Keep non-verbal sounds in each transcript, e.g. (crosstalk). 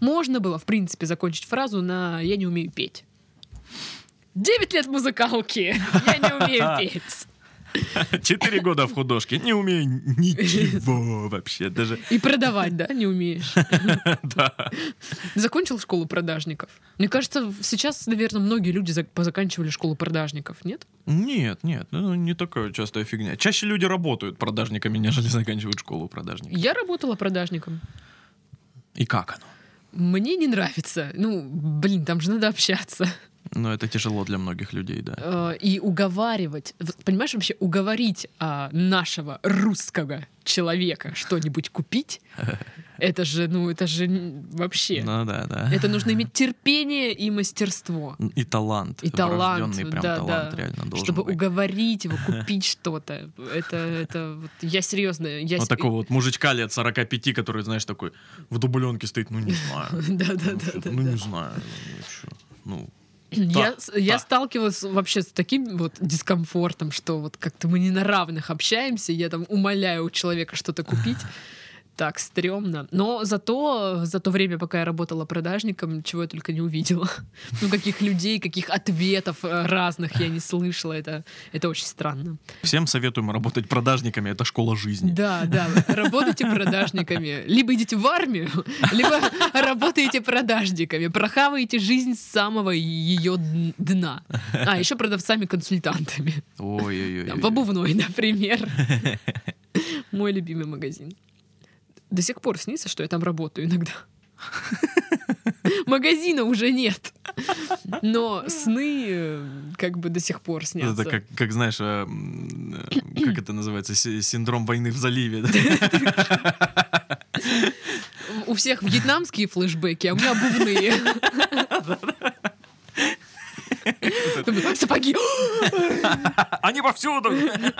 Можно было, в принципе, закончить фразу на «я не умею петь». Девять лет музыкалки, (laughs) я не умею петь. Четыре года в художке. Не умею ничего вообще. Даже (laughs) И продавать, да, не умеешь. да. Закончил школу продажников. Мне кажется, в- сейчас, наверное, многие люди зак- позаканчивали школу продажников, нет? Нет, нет, ну, не такая частая фигня. Чаще люди работают продажниками, нежели заканчивают школу продажниками. Я работала продажником. И как оно? Мне не нравится. Ну, блин, там же надо общаться. Ну, это тяжело для многих людей, да. Э, И уговаривать. В- Понимаешь, вообще уговорить а, нашего русского человека что-нибудь купить, это же, ну, это же н- вообще... Ну, да, да. Это нужно иметь терпение и мастерство. И талант. И талант, врожденный прям да, талант да. реально должен Чтобы быть. уговорить (laughs) его купить что-то. Это, это, вот, я серьезно, я... Вот се- (laughs) такого вот мужичка лет 45, который, знаешь, такой в дубленке стоит, (laughs) ну не знаю. Да, да, да, Ну, чё, да, Ну да. не знаю. ну, чё, Ну, Я, Да, с- я да. сталкивалась вообще с таким вот дискомфортом, что вот как-то мы не на равных общаемся, я там умоляю у человека что-то купить. Так стрёмно. Но зато за то время, пока я работала продажником, чего я только не увидела. (laughs) Ну, каких людей, каких ответов э, разных я не слышала. Это, это очень странно. всем советуем работать продажниками, это школа жизни. Да, да. Работайте продажниками. Либо идите в армию, либо работаете продажниками. Прохаваете жизнь с самого ее дна. А, еще продавцами-консультантами. Там, Ой-ой-ой. В обувной, например. Мой любимый магазин. До сих пор снится, что я там работаю иногда. Магазина уже нет. Но сны э, как бы до сих пор снятся. Это как, как знаешь, э, м, э, как это называется, си- синдром войны в заливе. да? У всех вьетнамские флешбеки, а у меня обувные. Думаю, Сапоги! (laughs) Они повсюду!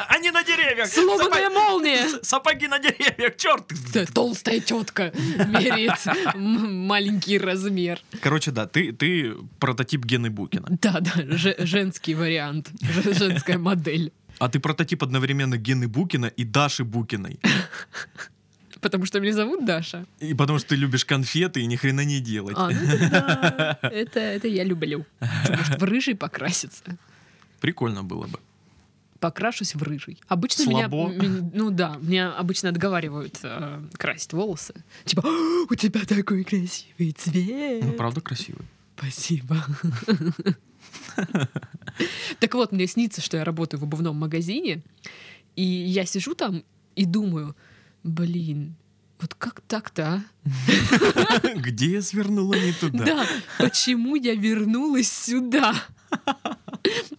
Они на деревьях! Сломанная Сапо- молния! с- Сапоги на деревьях, черт! Т- Толстая тетка меряет м- маленький размер. Короче, да, ты, ты прототип Гены Букина. Да, да, же- женский вариант, же- женская модель. А ты прототип одновременно Гены Букина и Даши Букиной. Потому что меня зовут Даша. И потому что ты любишь конфеты и ни хрена не делать. А, ну это да. Это, это я люблю. Что, может, в рыжий покраситься? Прикольно было бы. Покрашусь в рыжий. Обычно меня, Слабо. м- ну да, меня обычно отговаривают э, красить волосы. Типа, «А, у тебя такой красивый цвет. Ну, правда красиво. (laughs) Спасибо. Так вот, мне снится, что я работаю в обувном магазине, и я сижу там и думаю, блин, вот как так-то, а? Где я свернула не Да. туда? почему я вернулась сюда?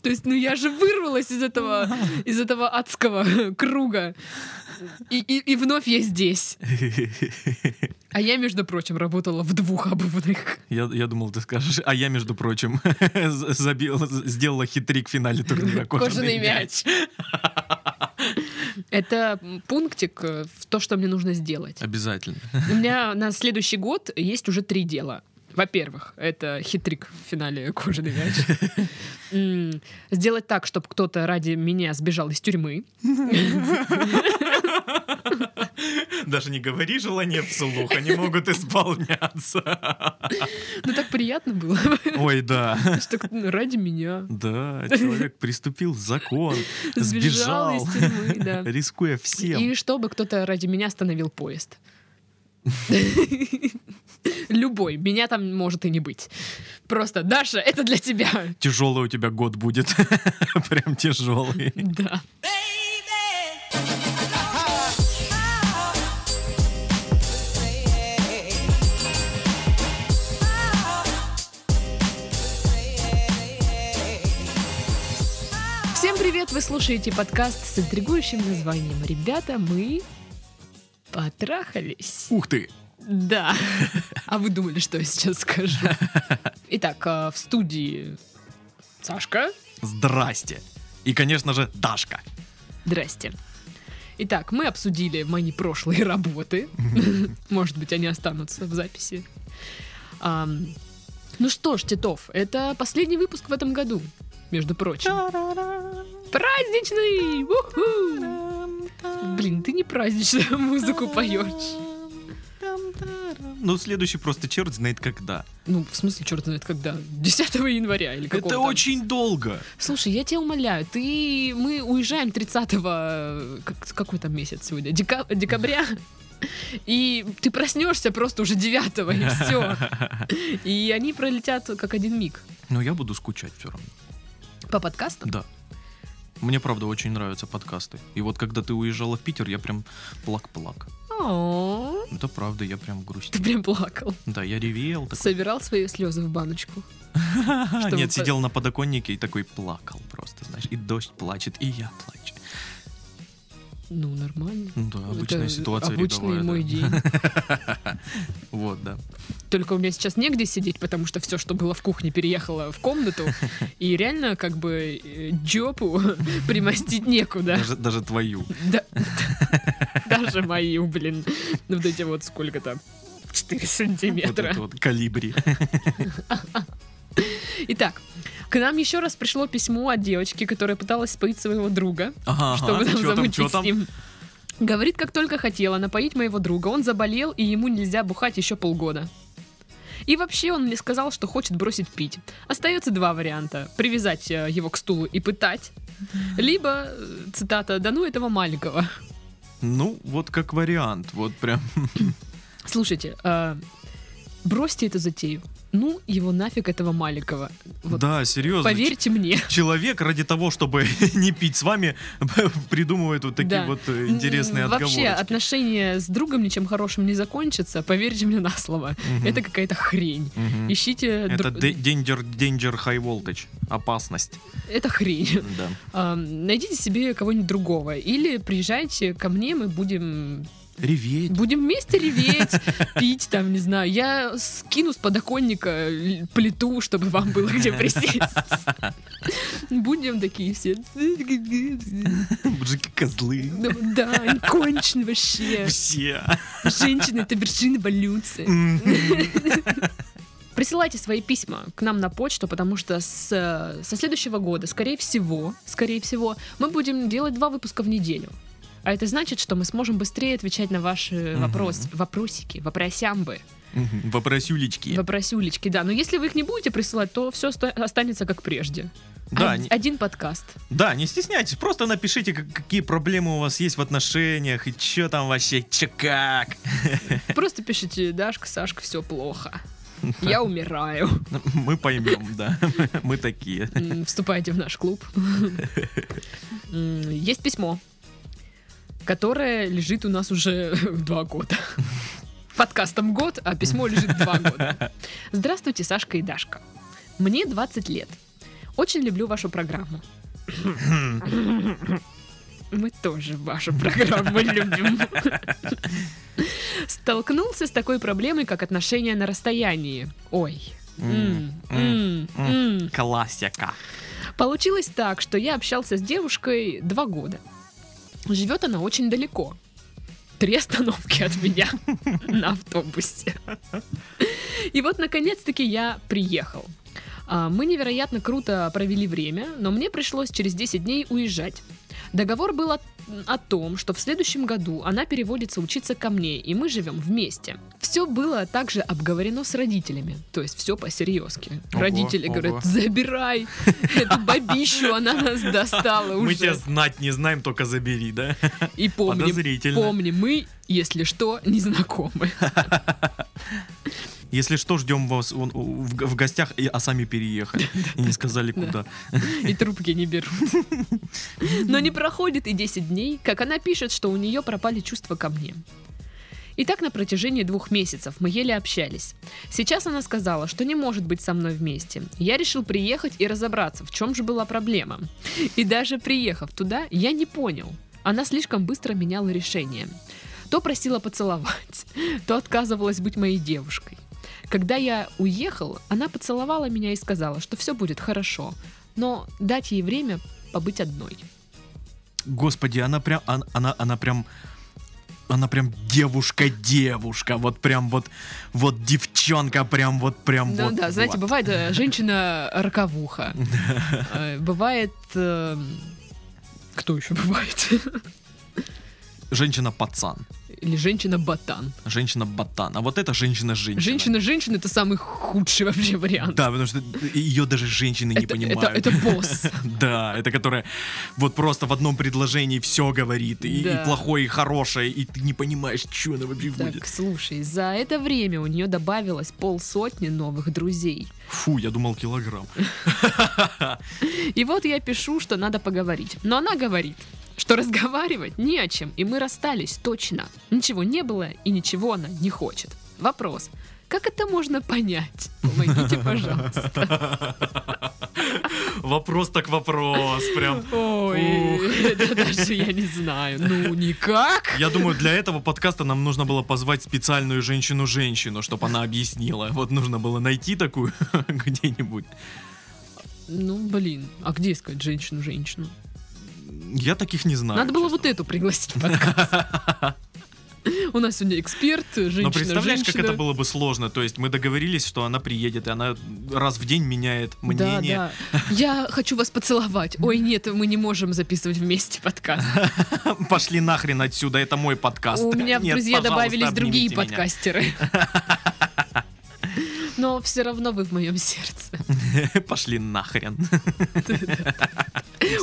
То есть, ну я же вырвалась из этого, из этого адского круга. И, и, и вновь я здесь. (laughs) А я, между прочим, работала в двух обувных. Я, я думал, ты скажешь, а я, между прочим, (laughs) з- забил, з- сделала хитрик в финале турнира Кожаный мяч. Это пунктик э, в то, что мне нужно сделать. Обязательно. У меня на следующий год есть уже три дела. Во-первых, это хитрик в финале «Кожаный мяч». М, Сделать так, чтобы кто-то ради меня сбежал из тюрьмы. (laughs) Даже не говори желание вслух, они могут исполняться. Ну так приятно было, (laughs) (laughs) Ой, да. что кто- ну, ради меня Да, человек приступил закон, сбежал сбежал, из тюрьмы. да. рискуя всем. И чтобы кто-то ради меня остановил поезд. Любой. Меня там может и не быть. Просто, Даша, это для тебя. Тяжелый у тебя год будет. (laughs) Прям тяжелый. Да. Всем привет! Вы слушаете подкаст с интригующим названием «Ребята, мы потрахались». Ух ты! Да. А вы думали, что я сейчас скажу? Итак, э, в студии Сашка. Здрасте! И, конечно же, Дашка. Здрасте. Итак, мы обсудили мои прошлые (laughs) работы. Может быть, они останутся в записи. Ам, Ну что ж, Титов, это последний выпуск в этом году, между прочим. Праздничный! (laughs) Уху! Блин, ты не праздничную музыку поешь. Ну, следующий просто черт знает когда. Ну, в смысле, черт знает когда? 10 января или какого Это там? очень долго. Слушай, я тебя умоляю, ты... мы уезжаем 30 э, как- какой там месяц сегодня? Дека- Декабря? (laughs) И ты проснешься просто уже 9 (laughs) и все. И они пролетят как один миг Но Ну, я буду скучать все равно. по подкастам. Да. Мне, правда, очень нравятся подкасты. И вот когда ты уезжала в Питер, я прям плак-плак. О, Это правда, я прям (laughs) Ты грустил. прям плакал. Да, я ревел. такой. Собирал свои слезы в баночку. (laughs) чтобы Нет, по- сидел на подоконнике и такой плакал просто, знаешь. И дождь плачет, и я плачу. Ну, нормально. Ну да, обычная Это ситуация Обычный рядовая, мой да. (laughs) день. Вот, да. Только у меня сейчас негде сидеть, потому что все, что было в кухне, переехало в (laughs) комнату. И реально, как бы, э, джопу (laughs) примостить некуда. Даже, даже твою. Да- (laughs) Даже мою, блин. Ну, вот эти вот сколько там? 4 Вот сантиметра. это (laughs) вот калибри. Итак, к нам еще раз пришло письмо от девочки, которая пыталась споить своего друга. Ага, чтобы там чё замутить чё с ним. Говорит, как только хотела напоить моего друга, он заболел, и ему нельзя бухать еще полгода. И вообще он мне сказал, что хочет бросить пить. Остается два варианта. Привязать э, его к стулу и пытать. Либо, э, цитата, да ну этого маленького. Ну, вот как вариант, вот прям. Слушайте, э, бросьте эту затею. Ну его нафиг этого маленького. Вот Да, серьезно. Поверьте мне. ч- Человек ради того, чтобы (laughs) не пить с вами, (laughs) придумывает вот такие Да. вот э, интересные М, (laughs) Вообще отговорочки. отношения с другом ничем хорошим не закончатся. Поверьте мне на слово. Мгм. Это какая-то хрень. Мгм. Ищите... Это дру- де- danger, danger high voltage. (laughs) Опасность. Это хрень. Да. А, Найдите себе кого-нибудь другого. Или приезжайте ко мне, мы будем, Реветь. (laughs) будем вместе реветь, пить там, не знаю. Я скину с подоконника л- плиту, чтобы вам было где присесть. Будем такие все. Мужики козлы. Ну Да, кончен вообще. (laughs) Все. Женщины — это вершина эволюции. Мгм. Присылайте свои письма к нам на почту, потому что с, э, со следующего года, скорее всего, скорее всего, мы будем делать два выпуска в неделю. А это значит, что мы сможем быстрее отвечать на ваши Мгм. вопросы, вопросики, вопросямбы, Мгм. Вопросюлечки. вопросюлечки, да. Но если вы их не будете присылать, то все останется как прежде. Да, Од- не- Один подкаст. Да, не стесняйтесь, просто напишите, как- какие проблемы у вас есть в отношениях, и чё там вообще, чё как. Просто пишите, Дашка, Сашка, все плохо. Я умираю. Ну, Мы поймем, да. (laughs) Мы такие. М, Вступайте в наш (laughs) клуб. М, Есть письмо, которое лежит у нас уже (laughs) два года. Подкастом год, а письмо лежит два года. Здравствуйте, Сашка и Дашка. Мне 20 лет. Очень люблю вашу (laughs) программу. Мы тоже вашу программу любим. Столкнулся с такой проблемой, как отношения на расстоянии. Ой. М, м, м. Классика. Получилось так, что я общался с девушкой два года. Живет она очень далеко. Три остановки от меня (laughs) на автобусе. И вот, наконец-таки, я приехал. А, Мы невероятно круто провели время, но мне пришлось через 10 дней уезжать. Договор был о, о том, что в следующем году она переводится учиться ко мне, и мы живем вместе. Все было также обговорено с родителями, то есть все по-серьезки. Ого, Родители ого. говорят, забирай эту бабищу, она нас достала Мы тебя уже. знать не знаем, только забери, да? И помни, Подозрительно. помни, мы, если что, не знакомы. Если что, ждем вас он- у- в г- в гостях, и- а (laughs) сами переехали. И не сказали, куда. и трубки не берут. Но не проходит и 10 дней, как она пишет, что у нее пропали чувства ко мне. И так на протяжении двух месяцев мы еле общались. Сейчас она сказала, что не может быть со мной вместе. Я решил приехать и разобраться, в чем же была проблема. И даже приехав туда, я не понял. Она слишком быстро меняла решение. То просила поцеловать, (laughs) то отказывалась быть моей девушкой. Когда я уехал, она поцеловала меня и сказала, что все будет хорошо, но дать ей время побыть одной. Господи, она прям, он- она, она прям, она прям девушка-девушка, вот прям вот, вот девчонка, прям вот, прям Ну вот. да, знаете, вот. бывает э, (laughs) женщина роковуха, Э, бывает... эм, Кто еще бывает? (laughs) Женщина-пацан. или женщина-ботан. Женщина-ботан. А вот это женщина-женщина. Женщина-женщина это самый худший вообще вариант. Да, потому что ее даже женщины не это, это, понимают. это босс. (laughs) Да, это которая вот просто в одном предложении все говорит, и, и Да. плохое, и хорошее, и ты не понимаешь, что она вообще Так, будет. слушай, за это время у нее добавилось полсотни новых друзей. Фу, я думал килограмм. (laughs) И вот я пишу, что надо поговорить. Но она говорит, что разговаривать не о чем, и мы расстались точно. Ничего не было, и ничего она не хочет. Вопрос. Как это можно понять? (laughs) Помогите, пожалуйста. Вопрос так вопрос, прям. Ой, это даже я не знаю. Ну, никак. Я думаю, для этого подкаста нам нужно было позвать специальную женщину-женщину, чтобы она объяснила. Вот нужно было найти такую (laughs) где-нибудь. Ну, блин, а где искать женщину-женщину? Я таких не знаю. Надо было честно. вот эту пригласить в подкаст. (laughs) У нас сегодня эксперт, женщина, Но Ну, представляешь, как это женщина. было бы сложно. То есть мы договорились, что она приедет, и она раз в день меняет мнение. Да, да. Я хочу вас поцеловать. Ой, нет, мы не можем записывать вместе (laughs) подкаст. Пошли нахрен отсюда, это мой подкаст. У меня в Нет, друзья пожалуйста, добавились другие обнимите меня. подкастеры. Но все равно вы в моем сердце. (laughs) Пошли нахрен. (laughs)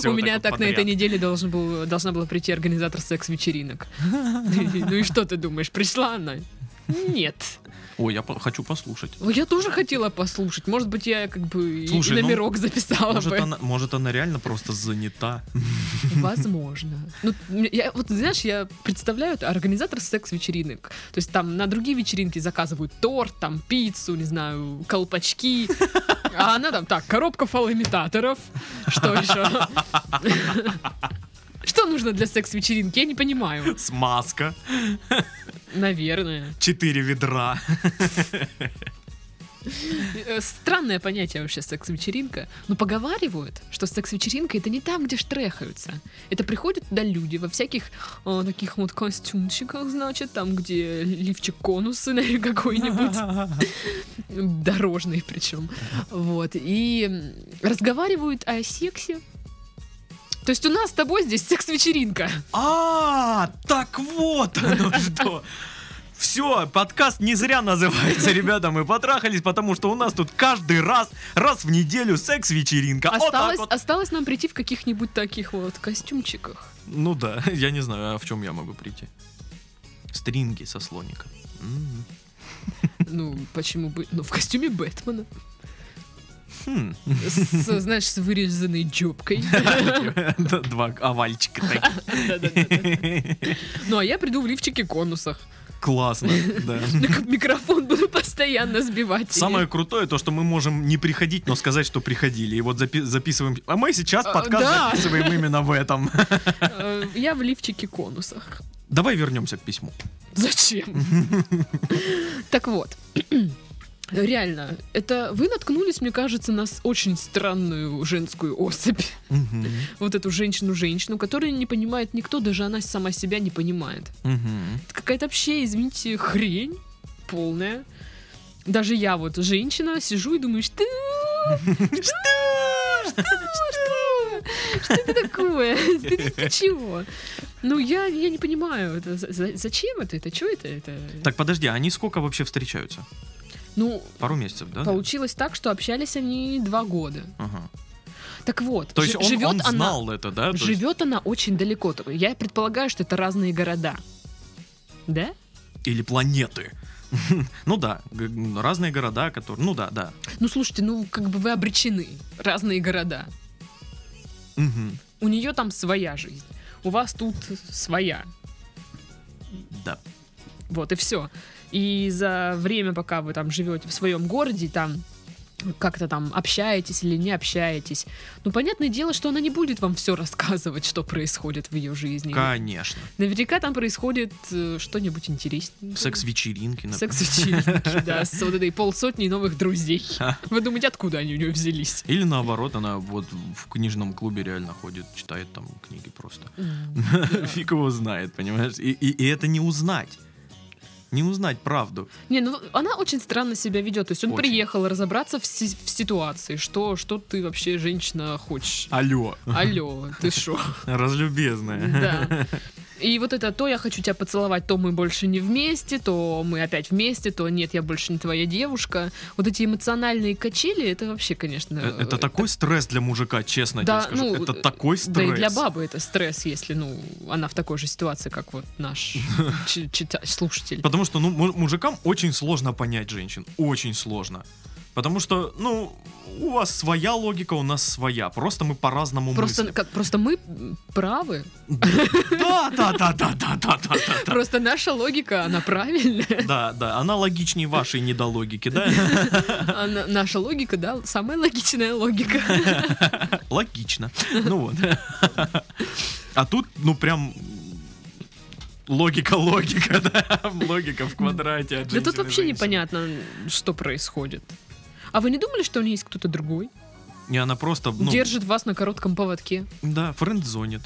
У меня так на этой неделе должен был, должна была прийти организатор (laughs) секс-вечеринок. Ну и что ты думаешь, пришла она? Нет. Ой, я по- хочу послушать. Ой, Я тоже хотела послушать. Может быть, я как бы и- Слушай, и ну, номерок записала Может бы. она, может, она реально просто занята. Возможно. Ну, м- я, вот знаешь, я представляю, это организатор секс-вечеринок. То есть там на другие вечеринки заказывают торт, там пиццу, не знаю, колпачки. А она там, так, коробка фалоимитаторов. Что еще? Что нужно для секс-вечеринки? Я не понимаю. Смазка, Наверное. четыре ведра. (laughs) Э, Странное понятие вообще секс-вечеринка. Но поговаривают, что секс-вечеринка это не там, где штрехаются. Это приходят туда люди во всяких э, таких вот костюмчиках, значит, там, где лифчик конусы (laughs) наверное, (laughs) какой-нибудь, дорожный причем. Вот. И м, разговаривают о сексе. То есть у нас с тобой здесь секс-вечеринка. А, так вот (laughs) оно что. Все, подкаст не зря называется, ребята, мы потрахались, потому что у нас тут каждый раз, раз в неделю секс-вечеринка. Вот так Осталось, вот. осталось нам прийти в каких-нибудь таких вот костюмчиках. Ну да, (laughs) я не знаю, а в чем я могу прийти? Стринги со М-м. слоника. М. Ну, почему бы... Ну, в костюме Бэтмена. Хм. с, знаешь, с вырезанной джобкой. (laughs) Два овальчика таких. Ну, а я приду в лифчике-конусах. (laughs) Классно, да. Ну, как Микрофон буду постоянно сбивать. Самое крутое то, что мы можем не приходить, но сказать, что приходили. И вот запи- записываем. А мы сейчас А, подкаст да. записываем именно в этом. (laughs) Э, Я в лифчике-конусах. Давай вернемся к письму. Зачем? Так вот. (clears throat) Реально, это вы наткнулись, мне кажется, на с- очень странную женскую особь. (laughs) Мгм. Вот эту женщину-женщину, которую не понимает никто, даже она сама себя не понимает. Мгм. Это какая-то вообще, извините, хрень полная. Даже я вот, женщина, сижу и думаю, что? Что? Что? Что? Что это такое? Ты ты чего? Ну, я, я не понимаю, это за- за- зачем это? Это что это? это? Так, подожди, а они сколько вообще встречаются? Ну, Пару месяцев, да? получилось так, что общались они два года. Ага. Так вот, То есть ж- он, живет он она... знал это, да? То есть- Живет она очень далеко. Я предполагаю, что это разные города. Да? Или планеты. (laughs) Ну да, г- м, разные города, которые... Ну да, да. Ну, слушайте, ну, как бы вы обречены. Разные города. Мгм. У нее там своя жизнь. У вас тут своя. Да. Вот и все. И за время, пока вы там живете в своем городе, там как-то там общаетесь или не общаетесь. Ну, понятное дело, что она не будет вам все рассказывать, что происходит в ее жизни. Конечно. Наверняка там происходит э, что-нибудь интереснее. Секс-вечеринки, например. Секс-вечеринки, да, с вот этой полсотни новых друзей. Вы думаете, откуда они у нее (laughs) взялись? (laughs) Или наоборот, она вот в книжном клубе реально ходит, читает там книги просто. (laughs) Фиг его знает, понимаешь? И, и- и это не узнать. Не узнать правду. Не, ну она очень странно себя ведет. То есть он Очень. приехал разобраться в, си- в ситуации, что, что ты вообще, (laughs) женщина, хочешь. Алло, Алло, ты шо? разлюбезная. Да. И вот это то я хочу тебя поцеловать, то мы больше не вместе, то мы опять вместе, то нет, я больше не твоя девушка. Вот эти эмоциональные качели, это вообще, конечно... Э, Это э, такой стресс для мужика, честно Да, тебе скажу. ну, это э, такой стресс. Да и для бабы это стресс, если, ну, она в такой же ситуации, как вот (laughs) наш чи- чита- слушатель. Потому что, ну, му- мужикам очень сложно понять женщин. Очень сложно. Потому что, ну, у вас своя логика, у нас своя. Просто мы по-разному Просто, (laughs) мыслим. как, просто мы правы, Да, да, да, да, да, да, да, да. просто наша логика, она (laughs) правильная, Да, да, она логичнее вашей недологики, да? (laughs) а на- наша логика, да, самая логичная логика. Логично. Ну вот. А тут, ну, прям логика, логика, да, логика в квадрате. от Да тут женщины, вообще женщины. непонятно, что происходит. А вы не думали, что у нее есть кто-то другой? Не, она просто, ну, Держит вас на коротком поводке? да, френдзонит.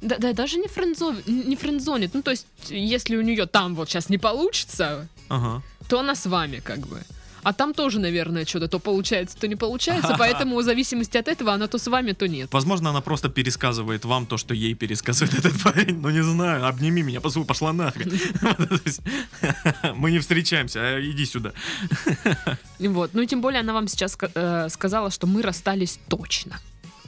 Да, да, даже не, френдзо... не френдзонит. Ну, то есть, если у нее там вот сейчас не получится, Ага. то она с вами как бы. А там тоже, наверное, что-то то получается, то не получается, поэтому в зависимости от этого она то с вами, то нет. Возможно, она просто пересказывает вам то, что ей пересказывает этот парень. Ну, не знаю, обними меня, посу, (laughs) пошла нахрен. То есть, (laughs) Мы не встречаемся, а иди сюда. Вот. Ну и тем более она вам сейчас ска- э, сказала, что мы расстались точно.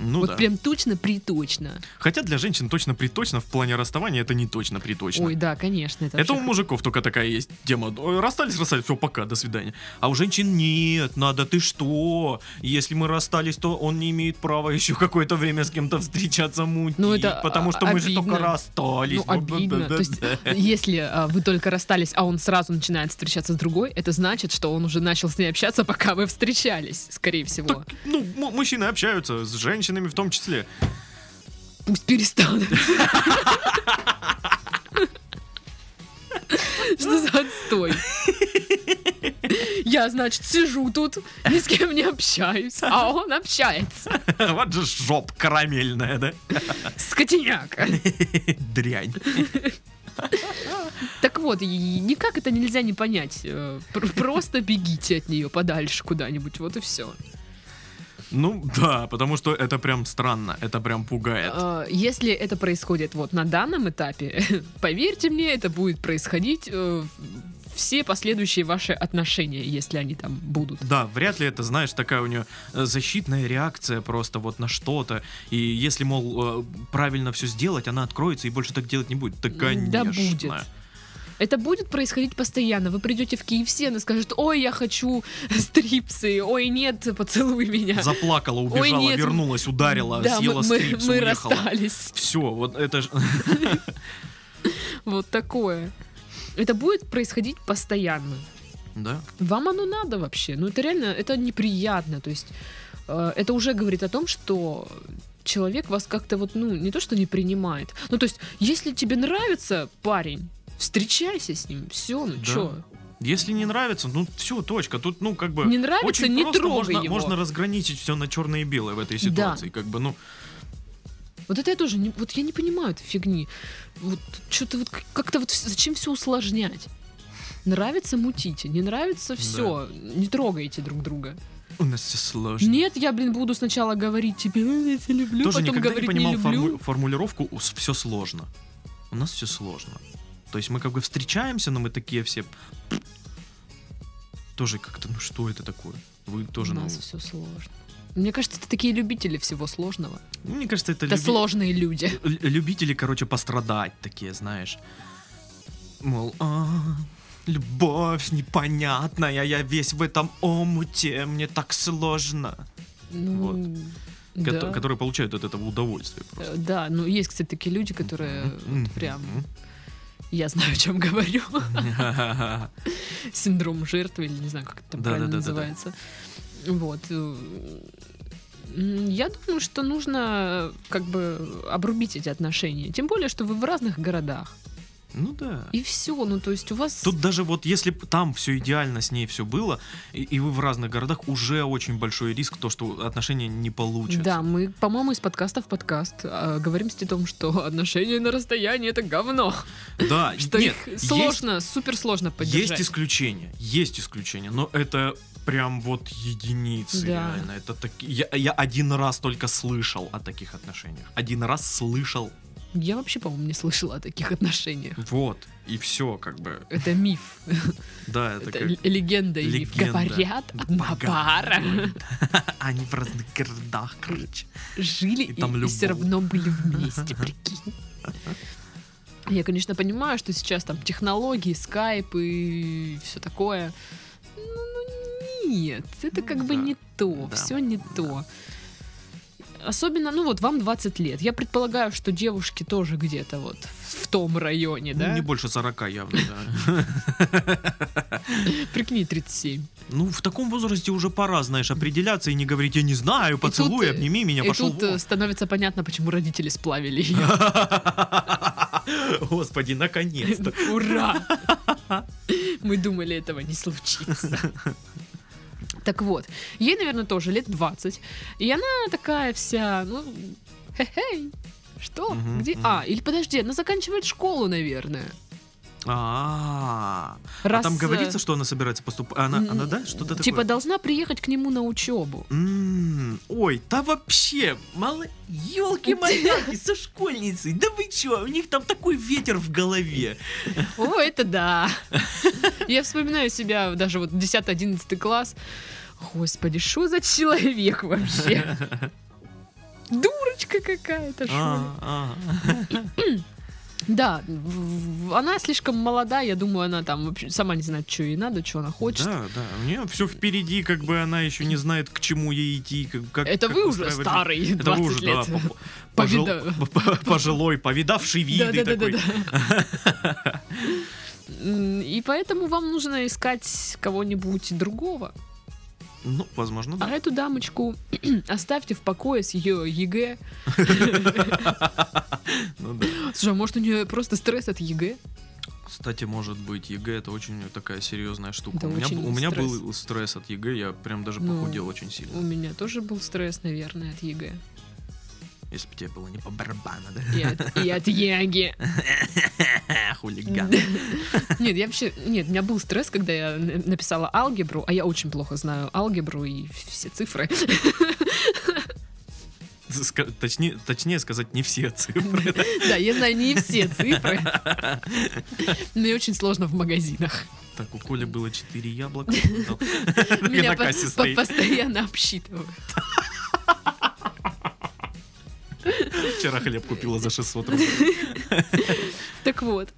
Ну вот да. прям точно, приточно. Хотя для женщин точно-приточно в плане расставания это не точно-приточно. Ой, да, конечно. Это, Это у вообще- мужиков только такая есть тема. Ой, Расстались, расстались, все, пока, до свидания. А у женщин нет, надо, ты что? Если мы расстались, то он не имеет права еще какое-то время с кем-то встречаться, мутить. Ну, это, потому а, что мы же обидно. только расстались. Ну, обидно. То (laughs) есть, (laughs) Да-да-да. если а, вы только расстались, а он сразу начинает встречаться с другой, это значит, что он уже начал с ней общаться, пока вы встречались, скорее всего. Так, ну, м- мужчины общаются с женщинами в том числе. (laughs) Пусть перестанут. Что за отстой? Я, значит, сижу тут, ни с кем не общаюсь, а он общается. Вот же жоп карамельная, да? (laughs) Скотиняка. Дрянь. Так вот, и никак это нельзя не понять. Э, пр- Просто бегите от нее подальше куда-нибудь, вот и все. Ну, да, потому что это прям странно, это прям пугает. Э, Если это происходит вот на данном этапе, (laughs) поверьте мне, это будет происходить э, в- все последующие ваши отношения, если они там будут. Да, вряд ли это, знаешь, такая у нее э, защитная реакция просто вот на что-то. И если, мол, э, правильно все сделать, она откроется и больше так делать не будет. Да, конечно. Да будет. Это будет происходить постоянно. Вы придете в KFC, она скажет, ой, я хочу (laughs) стрипсы, ой, нет, поцелуй меня. Заплакала, убежала, нет. вернулась, ударила, да, съела мы, мы- стрипс, мы уехала. расстались. Все, вот это ж... (laughs) Вот такое. Это будет происходить постоянно. Да? Вам оно надо вообще? Ну это реально, это неприятно. То есть э, это уже говорит о том, что человек вас как-то вот, ну, не то что не принимает. Ну то есть, если тебе нравится парень, встречайся с ним, все, ну Да. чё? Если не нравится, ну все, точка. Тут, ну, как бы... Не нравится, очень не просто трогай можно, его. можно разграничить все на черное и белое в этой Да. ситуации. Как бы, ну, Вот это я тоже, не, вот я не понимаю этой фигни. Вот что-то вот к- как-то вот вс- зачем все усложнять? Нравится мутите, не нравится все, не трогайте друг друга. у нас все сложно. Нет, я, блин, буду сначала говорить тебе, «Э, я тебя люблю, Тоже потом никогда не говорить не, понимал люблю. форму- формулировку все сложно. У нас все сложно. То есть мы как бы встречаемся, но мы такие все. Тоже как-то, ну что это такое? Вы тоже, У ну. нас все сложно. Мне кажется, это такие любители всего сложного. ну, Мне кажется, это, Это люби- сложные люди. л- любители, короче, пострадать такие, знаешь. Мол, «А, любовь непонятная, я весь в этом омуте, мне так сложно. Ну, да. Кото- Которые получают от этого удовольствие Э, просто. да, ну есть, кстати, такие люди, которые Мгм. (laughs) вот прям, Мгм. я знаю, о чем говорю, (laughs) Ха-ха-ха. синдром жертвы, или не знаю, как это там Да, правильно да, да, да, да. называется. Вот. э, м, Я думаю, что нужно э, как бы обрубить эти отношения. Тем более, что вы в разных городах. Ну да. И все. Ну, то есть у вас... Тут даже вот если б там все идеально с ней все было, и, и вы в разных городах, уже очень большой риск то, что отношения не получатся. Да, мы, по-моему, из подкаста в подкаст э, говорим с Титом, что отношения на расстоянии это говно. Да, Что нет, их есть- сложно, супер сложно поддержать. Есть исключения, есть исключения, но это прям вот единицы Да. реально. Это таки- я, я один раз только слышал о таких отношениях. Один раз слышал Я вообще, по-моему, не слышала о таких отношениях. Вот, и все, как бы. Это миф. Да, это, Это как... л- легенда и миф. легенда. Говорят, а одна пара (laughs) Они в разных городах, короче. жили И и, там все любовь. равно были вместе, прикинь. Я, конечно, понимаю, что сейчас там технологии, скайп и все такое. Ну, ну, нет, это как бы да. не то, Да. все не то. Особенно, ну вот, вам 20 лет. Я предполагаю, что девушки тоже где-то вот в том районе, Ну, да? не больше 40 явно, да. Прикинь, 37. (laughs) Ну, в таком возрасте уже пора, знаешь, определяться и не говорить, я не знаю, поцелуй, тут, э, обними меня, и пошел тут э, становится понятно, почему родители сплавили ее. вон». (laughs) Господи, наконец-то. Ура! Мы думали, этого не случится. Так вот, ей, наверное, тоже лет 20. И она такая вся, ну, хе-хей, что? Мгм, Где? мгм. А, или подожди, она заканчивает школу, наверное. А Раз, А там э, говорится, что она собирается поступать. Она, м, она, да, что-то такое? Типа должна приехать к нему на учебу. М, Ой, да вообще, мало... Ёлки-маляки, со школьницей, да вы чё, у них там такой ветер в голове. О, это да. Я вспоминаю себя даже вот 10-11 класс. Господи, что за человек вообще? Дурочка какая-то, что ли? А, Да, в- в- она слишком молода, я думаю, она там вообще сама не знает, что ей надо, что она а. хочет. Да, да, у нее все впереди, как бы она еще не знает, к чему ей идти. как- как- Это как вы уже устраивать жизнь. старый, 20 Это вы уже, да, лет. по- пожил- Повида- п- п- пожилой, повидавший виды такой. да. М, И поэтому вам нужно искать кого-нибудь другого. Ну, возможно, А да. эту дамочку (clears throat) оставьте в покое с ее ЕГЭ. Ну да. Слушай, а может у нее просто стресс от ЕГЭ? Кстати, может быть, ЕГЭ это очень такая серьезная штука. Да, у, меня, очень б- у меня стресс. был стресс от ЕГЭ, я прям даже Ну. похудел очень сильно. У меня тоже был стресс, наверное, от ЕГЭ. Если бы тебе было не по барабану, да? (laughs) И от, и от ЕГЭ. Хулиган. (laughs) Нет, я вообще... Нет, у меня был стресс, когда я н- написала алгебру, а я очень плохо знаю алгебру и все цифры. (laughs) Ска- Точнее, точнее сказать, не все цифры. Да, я знаю не все цифры. (laughs) Мне очень сложно в магазинах. Так, у Коли было 4 яблока. ну, И Меня на по- кассе по- стоит. постоянно обсчитывают. Вчера хлеб купила за 600 рублей. Так вот,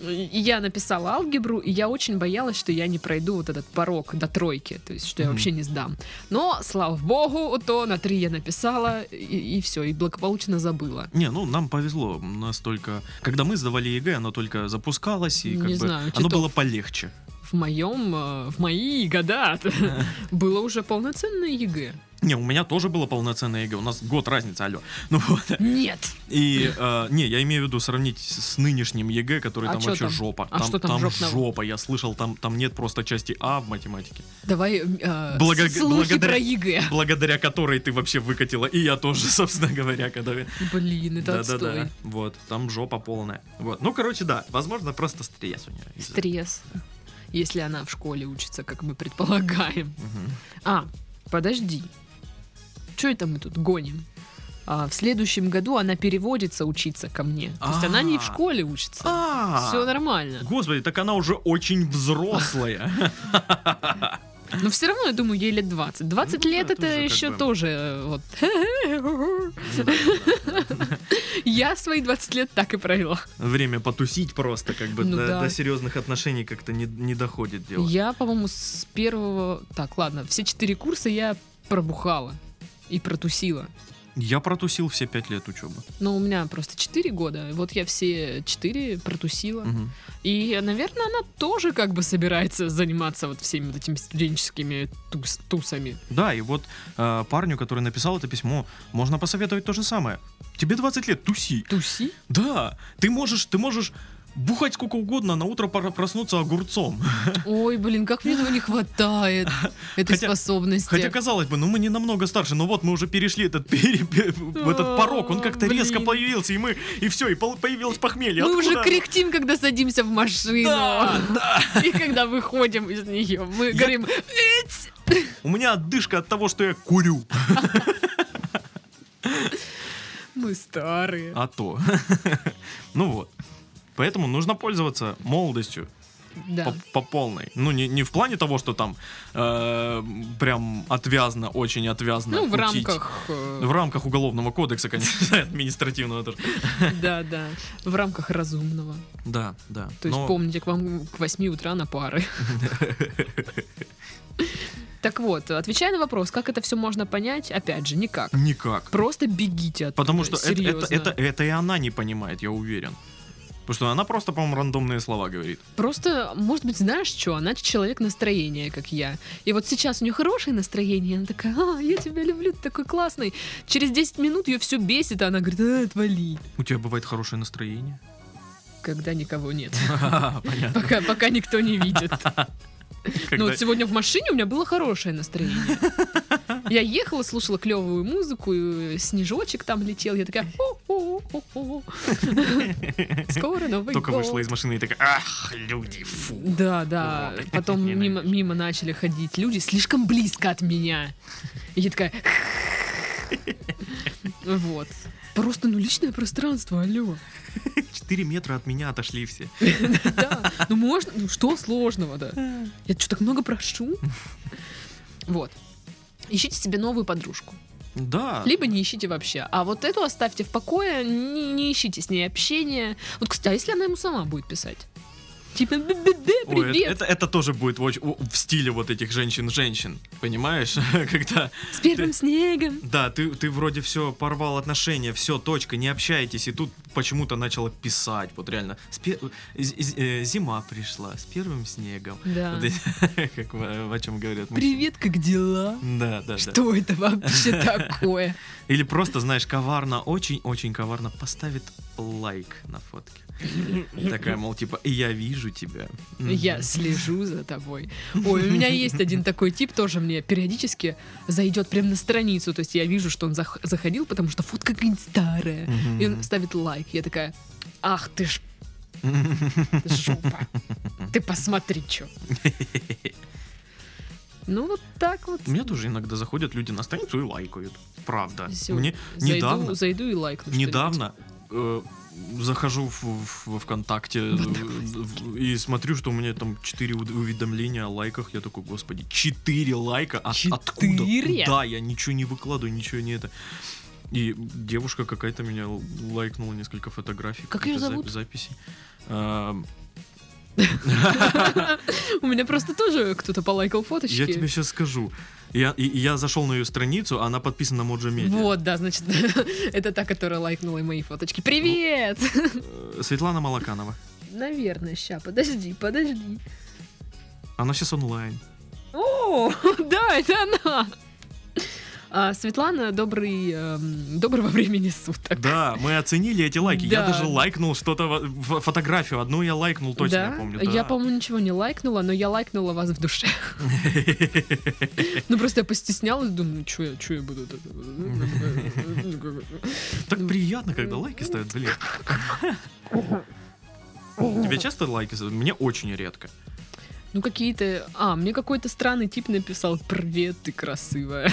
и я написала алгебру, и я очень боялась, что я не пройду вот этот порог до тройки, то есть, что я Мгм. вообще не сдам. Но, слава богу, то на три я написала, и, все, и благополучно забыла. Не, ну нам повезло. Настолько. Когда мы сдавали ЕГЭ, оно только запускалось, и как Не бы знаю, оно титов. было полегче. В моем, э, в мои года (laughs) было уже полноценное ЕГЭ. Не, у меня тоже было полноценное ЕГЭ. У нас год разница, алло. Ну вот. Нет! И э, не, я имею в виду сравнить с с нынешним ЕГЭ, который А там чё вообще там? жопа. А что там жопного? жопа? Я слышал, там там нет просто части А в математике. Давай э, Благо- слухи благодаря- про ЕГЭ. благодаря которой ты вообще выкатила. И я тоже, (laughs) собственно говоря, когда... Блин, это Да-да-да, отстой. вот, там жопа полная. Вот, ну, короче, да, возможно, просто стресс у нее. из-за- Стресс. Если она в школе учится, как мы предполагаем. Мгм. А, подожди. Что это мы тут гоним? А, в следующем году она переводится учиться ко мне. То есть она не в А. школе учится. А, Все нормально. Господи, так она уже очень взрослая. (laughs) Но все равно, я думаю, ей лет 20. 20 Ну, лет это это уже как еще бы- тоже э, вот. Ну да, да, да. (laughs) Я свои 20 лет так и провела. Время потусить просто, как бы Ну до да. до серьезных отношений как-то не- не доходит дело. Я, по-моему, с первого... Так, ладно, все четыре курса я пробухала и протусила. Я протусил все пять лет учебы. Но у меня просто четыре года. и Вот я все четыре протусила. Мгм. И, наверное, она тоже как бы собирается заниматься вот всеми вот этими студенческими тус- тусами. Да, и вот э, парню, который написал это письмо, можно посоветовать то же самое. Тебе 20 лет, туси. Туси? Да, ты можешь, ты можешь бухать сколько угодно, а на утро пора проснуться огурцом. Ой, блин, как мне этого не (laughs) хватает, этой Хотя- способности. Хотя казалось бы, ну мы не намного старше, но вот мы уже перешли этот пере- (laughs) пе- в этот О, порог, он как-то резко блин. появился, и мы и все, и пол- появилось похмелье. Мы уже Откуда? кряхтим, когда садимся в машину. Да, (laughs) И когда выходим из нее, мы Я- говорим, У меня отдышка от того, что я курю. Мы старые. А то. (laughs) Ну вот. Поэтому нужно пользоваться молодостью Да. по, по полной. Ну, не, не в плане того, что там э, прям отвязно, очень отвязно. Ну, в кутить. рамках... э, (laughs) В рамках уголовного кодекса, конечно, (laughs) административного тоже. Да, да. В рамках разумного. Да, да. То есть Но- помните, к вам к 8 утра на (laughs) пары. Так вот, отвечая на вопрос, как это все можно понять, опять же, никак. Никак. Просто бегите от Потому что это, это, это, это и она не понимает, я уверен. Потому что она просто, по-моему, рандомные слова говорит. Просто, может быть, знаешь что, она человек настроения, как я. И вот сейчас у нее хорошее настроение, она такая, а, я тебя люблю, ты такой классный. Через 10 минут ее все бесит, а она говорит, а, отвали. У тебя бывает хорошее настроение? (laughs) Когда никого нет. (laughs) Понятно. Пока, пока никто не видит. Ну Когда- вот сегодня в машине у меня было хорошее настроение. Я ехала, слушала клевую музыку, и снежочек там летел. Я такая, «Хо-хо-хо-хо». (laughs) скоро Новый Только год. вышла из машины и такая, ах, люди, фу. Да, да. Вот. Потом мимо, Ненавижу. мимо начали ходить люди слишком близко от меня. И я такая... Вот. Просто, ну, личное пространство, алло. Четыре метра от меня отошли все. Да, ну можно, ну что сложного-то? Я что, так много прошу? Вот. Ищите себе новую подружку. Да. Либо не ищите вообще. А вот эту оставьте в покое, не, не ищите с ней общения. Вот, кстати, а если она ему сама будет писать? Типа, «Бе-бе-бе, Ой, это- привет, это, это тоже будет в, оч- о- в стиле вот этих женщин-женщин, понимаешь? (laughs) Когда, с первым снегом. да, ты, ты вроде все порвал отношения, все, точка, не общаетесь, и тут почему-то начала писать, вот реально. С пе- з- з- э, Зима пришла с первым снегом. Да. Вот эти- (laughs) как в- о чем говорят мужчины. Привет, как дела? Да, да, да. Что это (laughs) вообще такое? Или просто, знаешь, коварно, очень-очень коварно поставит лайк на фотке. Такая, мол, типа, я вижу тебя. Мгм. Я слежу за тобой. Ой, у меня есть один такой тип, тоже мне периодически зайдет прям на страницу. То есть я вижу, что он зах- заходил, потому что фотка какая-нибудь старая. Мгм. И он ставит лайк. Я такая, ах ты ж жопа. Ты посмотри, что. Ну вот так вот. У меня тоже иногда заходят люди на страницу и лайкают. Правда. Всё, Мне зайду, недавно, зайду и лайкну. что-нибудь. недавно э, захожу в, в- во ВКонтакте э, в- и смотрю, что у меня там 4 уведомления о лайках. Я такой, господи, 4 лайка? От- откуда? Четыре? Да, я ничего не выкладываю, ничего не это. И девушка какая-то меня л- лайкнула несколько фотографий. Как её какие-то за- зовут? записи. Эм, У меня просто тоже кто-то полайкал фоточки. я тебе сейчас скажу. Я, и- и я зашел на ее страницу, а она подписана Моджа Медиа. Вот, да, значит, (laughs) это та, которая лайкнула и мои фоточки. Привет! Э, Светлана Малаканова. Наверное, ща, подожди, подожди. Она сейчас онлайн. О, (laughs) да, это она! А, Светлана, добрый, эм, доброго времени суток. Да, мы оценили эти лайки. Я Да. даже лайкнул что-то, во- фо- фотографию одну я лайкнул, точно я помню. да. Я, по-моему, ничего не лайкнула, но я лайкнула вас в (laughs) душе. Ну, просто я постеснялась, думаю, ну, чё я, чё я буду... тут? Так приятно, когда лайки ставят, блин. Тебе часто лайки ставят? Мне очень редко. Ну, какие-то... А, мне какой-то странный тип написал «Привет, ты (laughs) красивая».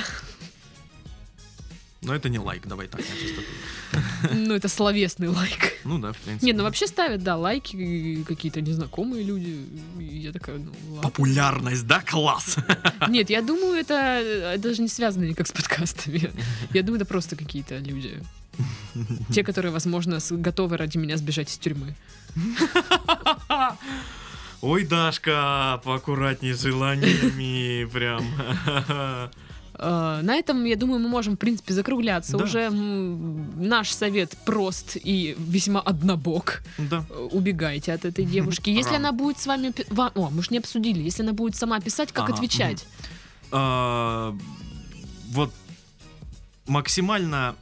Но это не лайк, давай так. на чистоту. Ну, это словесный лайк. Ну да, в принципе. Не, ну вообще ставят, да, лайки и какие-то незнакомые люди. И я такая, ну ладно. Популярность, да? Класс! (laughs) Нет, я думаю, это э, даже не связано никак с подкастами. Я думаю, это просто какие-то (laughs) люди. Те, которые, возможно, с- готовы ради меня сбежать из тюрьмы. Ой, Дашка, поаккуратней с желаниями, прям. Э, На этом, я думаю, мы можем, в принципе, закругляться. Да. Уже м, наш совет прост и весьма однобок. (laughs) Да. Э, Убегайте от (laughs) этой девушки. Если Рано. она будет с вами... пи- ва- О, мы же не обсудили. Если она будет сама писать, как Ага, отвечать? а, вот максимально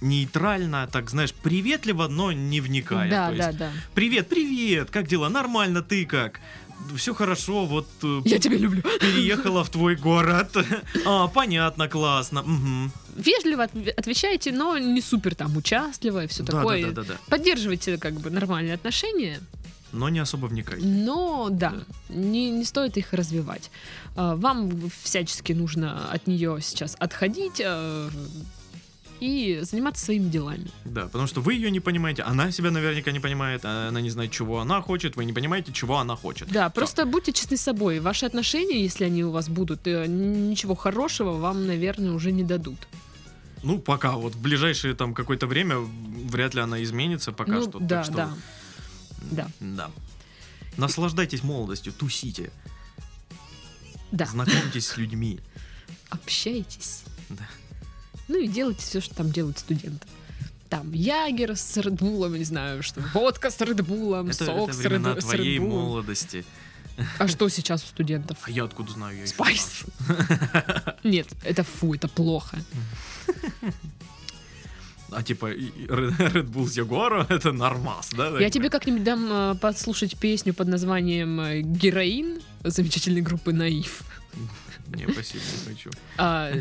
нейтрально, так знаешь, приветливо, но не вникая. Да, То да, есть, да. Привет, привет, как дела? Нормально, ты как? Все хорошо, вот э, (laughs) Я тебя люблю. переехала в твой город. А, понятно, классно. мгм. Вежливо отв- отвечайте, но не супер там участливо и все Да, такое. да, да, да, да. Поддерживайте как бы нормальные отношения, Но не особо вникай. но да, Да. Не, не стоит их развивать. А, Вам всячески нужно от нее сейчас отходить, э, а, и заниматься своими делами. Да, потому что вы ее не понимаете, она себя наверняка не понимает, а она не знает, чего она хочет, вы не понимаете, чего она хочет. Да, Всё. просто будьте честны с собой. Ваши отношения, если они у вас будут, э, н- ничего хорошего вам, наверное, уже не дадут. Ну, пока, вот в ближайшее там какое-то время вряд ли она изменится пока ну, что. так да, что- да. Да. Да. Наслаждайтесь молодостью, тусите, Да. знакомьтесь с (laughs) людьми. Общайтесь. Да. Ну и делайте все, что там делают студенты. Там ягер с редбулом, не знаю, что водка с редбулом, Это, сок это с, времена Red- с твоей Red Bull'ом. молодости. А что сейчас у студентов? А я откуда знаю? Я ещё младше. Спайс. Нет, это фу, это плохо. А типа и- и Red (laughs) Red Bull с Ягуаром (laughs) это нормас, да? Я тебе как-нибудь дам э, послушать песню под названием э, «Героин» замечательной группы «Наив». Не, спасибо, не хочу. А,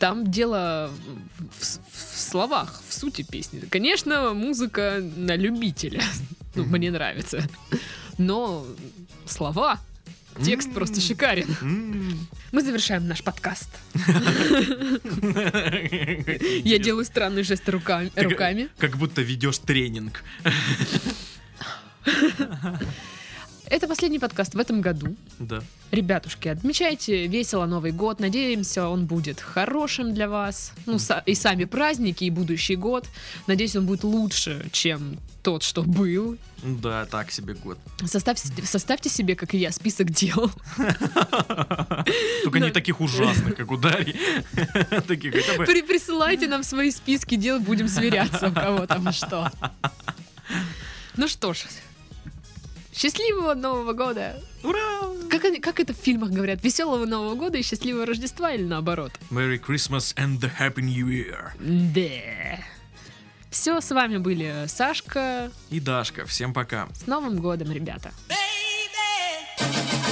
там дело в, в- в словах, в сути песни. Конечно, музыка на любителя. Ну, мне нравится. Но слова, текст М. просто шикарен. М. Мы завершаем наш подкаст. Я (laughs) делаю странные жесты руками. Ты как- руками. Как будто ведешь тренинг. Это последний подкаст в этом году. Да. Ребятушки, отмечайте весело Новый год. Надеемся, он будет хорошим для вас. Ну, са- и сами праздники, и будущий год. Надеюсь, он будет лучше, чем тот, что был. Да, так себе год. Составь- составьте себе, как и я, список дел. Только не таких ужасных, как у Дарьи. (laughs) Таких хотя бы... При- присылайте нам свои списки дел, будем сверяться, у кого там что. Ну что ж, счастливого Нового года! Ура! Как, они- как это в фильмах говорят? Веселого Нового года и счастливого Рождества или наоборот? Merry Christmas and the Happy New Year. Да. Все, с вами были Сашка. И Дашка, всем пока. С Новым годом, ребята! Baby, I